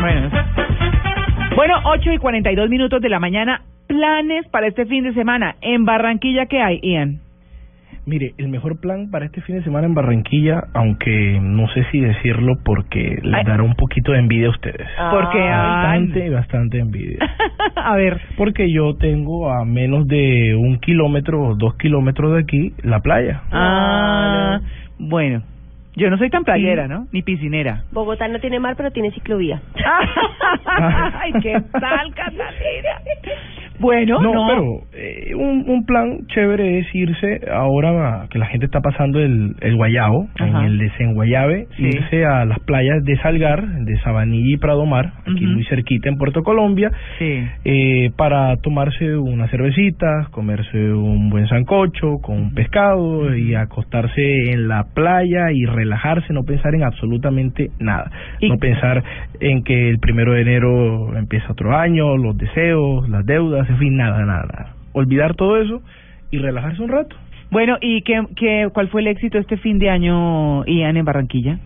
Bueno. Bueno, 8 y 42 minutos de la mañana. Planes para este fin de semana. En Barranquilla, ¿qué hay, Ian? Mire, el mejor plan para este fin de semana en Barranquilla, aunque no sé si decirlo porque les Ay. Ah. dará un poquito de envidia a ustedes. Porque ay, Bastante, bastante envidia. a ver, Porque yo tengo a menos de un kilómetro o dos kilómetros de aquí la playa. ah, bueno, yo no soy tan playera, ¿no? Ni piscinera. Bogotá no tiene mar, pero tiene ciclovía. Ay, qué tal, Catalina. Bueno, no, No, pero eh, un, un plan chévere es irse ahora a- que la gente está pasando el, el guayabo, Ajá. en el desenguayabe, Sí. irse a las playas de Salgar, de Sabanilla y Pradomar, aquí Ujú. muy cerquita en Puerto Colombia, sí. eh, para tomarse unas cervecitas, comerse un buen sancocho con un pescado y acostarse en la playa y relajarse, no pensar en absolutamente nada. Y- No pensar en que el primero de enero empieza otro año, los deseos, las deudas, en fin, nada, nada, nada. Olvidar todo eso y relajarse un rato. Bueno, ¿y qué, qué, cuál fue el éxito este fin de año, Ian, en Barranquilla?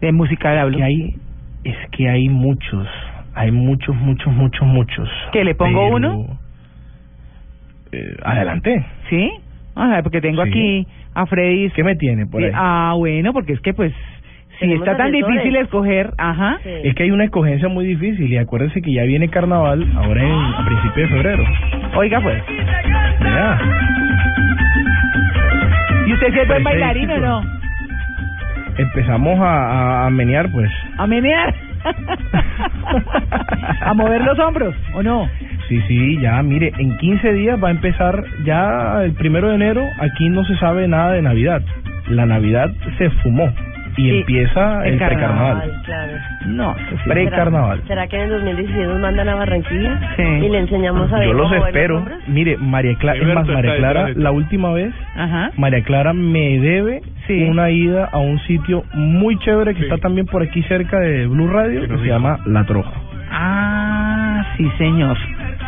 De musical hablo. Que hay, es que hay muchos, hay muchos, muchos, muchos, muchos. ¿Que le pongo Pero, uno? eh, adelante. ¿Sí? Ah, porque tengo Sí. aquí a Freddy. ¿Qué me tiene por ahí? Ah, bueno, porque es que pues si Tenemos está tan asesores. difícil escoger, ajá. Es que hay una escogencia muy difícil y acuérdense que ya viene carnaval ahora en, a principios de febrero. Oiga pues, Ya. ¿y usted sí es buen Perfecto. bailarín o no? Empezamos a, a, a menear pues. A menear. a mover los hombros o no? Sí, sí, ya, mire, en 15 días va a empezar ya el primero de enero, aquí no se sabe nada de Navidad. La Navidad se fumó y Sí, empieza el el precarnaval. Ay, claro. No, Precarnaval. ¿Será que en el 2016 nos mandan a Barranquilla? Sí. Y le enseñamos a ver Yo los cómo bailan espero. hombres? Mire, María Clara, es Gilberto más, María está Clara, detrás de ti. la última vez Ajá. María Clara me debe Sí. una ida a un sitio muy chévere que Sí. está también por aquí cerca de Blue Radio que Pero se rico. llama La Troja. Ah, sí, señor.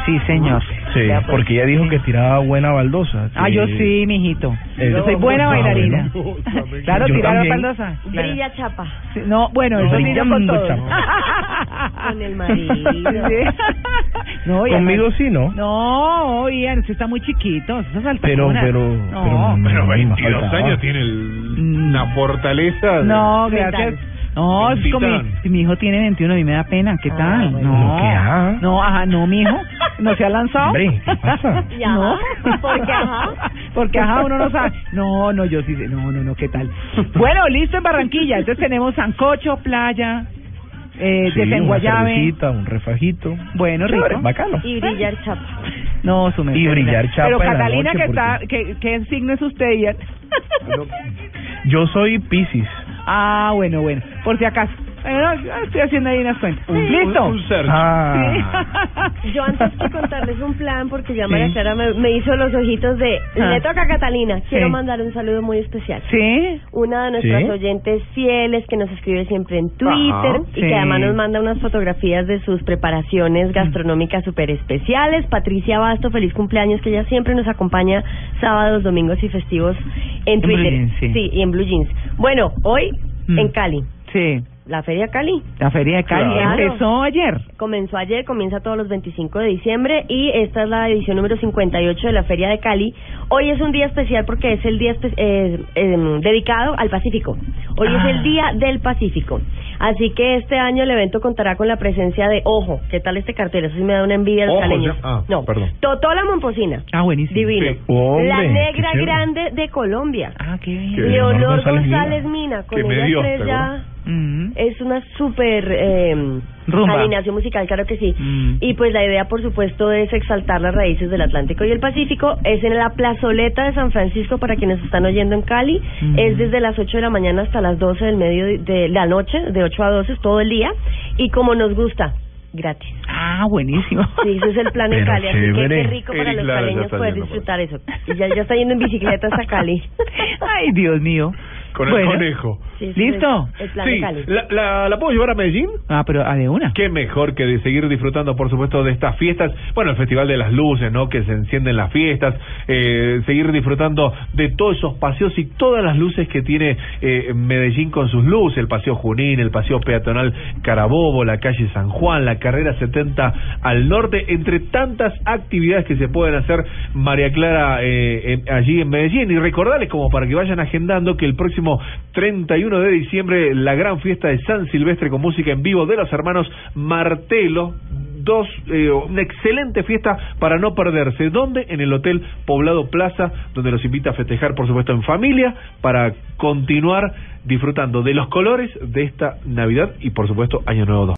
Sí, señor. Sí, Ya, pues. porque ella dijo que tiraba buena baldosa. Ah, que- yo sí, mijito. Eh, Yo soy buena ah, bailarina. bueno. Claro, Yo tirar la también. baldosa. claro. Brilla chapa. Sí, No, bueno, eso sí, yo con Brillando, todo. Con el marido. Sí. No, y Conmigo además- sí, ¿no? No, Ian, usted está muy chiquito. Eso es Pero, saltacuna. pero, No, pero, Pero no, 22 faltaba. años tiene el, Mm. una fortaleza. de- no, gracias. No, es como mi, Titán. si mi hijo tiene 21, a mí me da pena. ¿Qué tal? Ah, bueno. No, ¿Qué, ah? no, ajá, no, mi hijo. ¿No se ha lanzado? Hombre, ¿qué pasa? Y ajá, No. porque ajá. Porque ajá, uno no sabe. No, no, yo sí sé. No, no, no, ¿qué tal? Bueno, listo en Barranquilla. Entonces tenemos sancocho, playa, eh, Sí, una desenguayabe. cervecita, un refajito. Bueno, rico. Chévere, bacano. Y brillar chapa. No, su merced. Y brillar chapa Pero en la Catalina, noche, que porque- está, que, ¿qué signo es usted, Ian? Yo soy Piscis. Ah, bueno, bueno. Por si acaso. Bueno, yo estoy haciendo ahí unas cuentas. Un- Listo. Un, un search. Ah, Yo antes de contarles un plan, porque ya María Clara me, me hizo los ojitos de... Ah. Le toca a Catalina. Quiero Sí. mandar un saludo muy especial. Sí. Una de nuestras Sí. oyentes fieles que nos escribe siempre en Twitter Ajá, sí. y que además nos manda unas fotografías de sus preparaciones gastronómicas súper especiales. Patricia Basto, feliz cumpleaños, que ella siempre nos acompaña sábados, domingos y festivos en En Blue Twitter. Jeans, sí. y en Blue Jeans. Bueno, hoy Mm. en Cali, Sí. la Feria Cali. La feria de Cali Claro. empezó ayer. Comenzó ayer, comienza todos los 25 de diciembre y esta es la edición número 58 de la Feria de Cali. Hoy es un día especial porque es el día espe- eh, eh, dedicado al Pacífico. Hoy Ah. es el Día del Pacífico. Así que este año el evento contará con la presencia de, ojo, ¿qué tal este cartel? Eso sí me da una envidia de los Ojo, caleños. ya- ah, no, perdón. Totola Momposina. Ah, buenísimo. Divino. Sí. Hombre, la Negra qué chévere. Grande de Colombia. Ah, qué bien. Qué bien. Leonor Leonor González, González Mina. Que Con me ellas dio, tres ¿te ya acuerdas? Mm. Es una súper eh, Rumba. alineación musical, claro que sí. Mm. Y pues la idea, por supuesto, es exaltar las raíces del Atlántico y el Pacífico. Es en la plazoleta de San Francisco, para quienes están oyendo en Cali. Mm. Es desde las 8 de la mañana hasta las 12 del medio de la noche, de 8 a 12, es todo el día. Y como nos gusta, gratis. Ah, buenísimo. Sí, ese es el plan en Pero Cali, así que chévere. qué rico para Eric los Lara ya caleños está poder yendo por disfrutar eso. Y ya, ya está yendo en bicicleta hasta Cali. Ay, Dios mío. Con Bueno. el conejo. Sí, ese es ¿Listo? El plan de Sí, Cali. la, la, ¿la puedo llevar a Medellín? Ah, pero a de una. Qué mejor que de seguir disfrutando, por supuesto, de estas fiestas. Bueno, el Festival de las Luces, ¿no? Que se encienden las fiestas. eh, seguir disfrutando de todos esos paseos y todas las luces que tiene eh, Medellín con sus luces. El Paseo Junín, el Paseo Peatonal Carabobo, la calle San Juan, la carrera 70 al norte. Entre tantas actividades que se pueden hacer, María Clara, eh, en- allí en Medellín. Y recordarles, como para que vayan agendando, que el próximo 31 de diciembre, la gran fiesta de San Silvestre con música en vivo de los hermanos Martelo. Dos, eh, una excelente fiesta para no perderse. ¿Dónde? En el Hotel Poblado Plaza, donde los invita a festejar, por supuesto, en familia, para continuar disfrutando de los colores de esta Navidad y, por supuesto, Año Nuevo 2.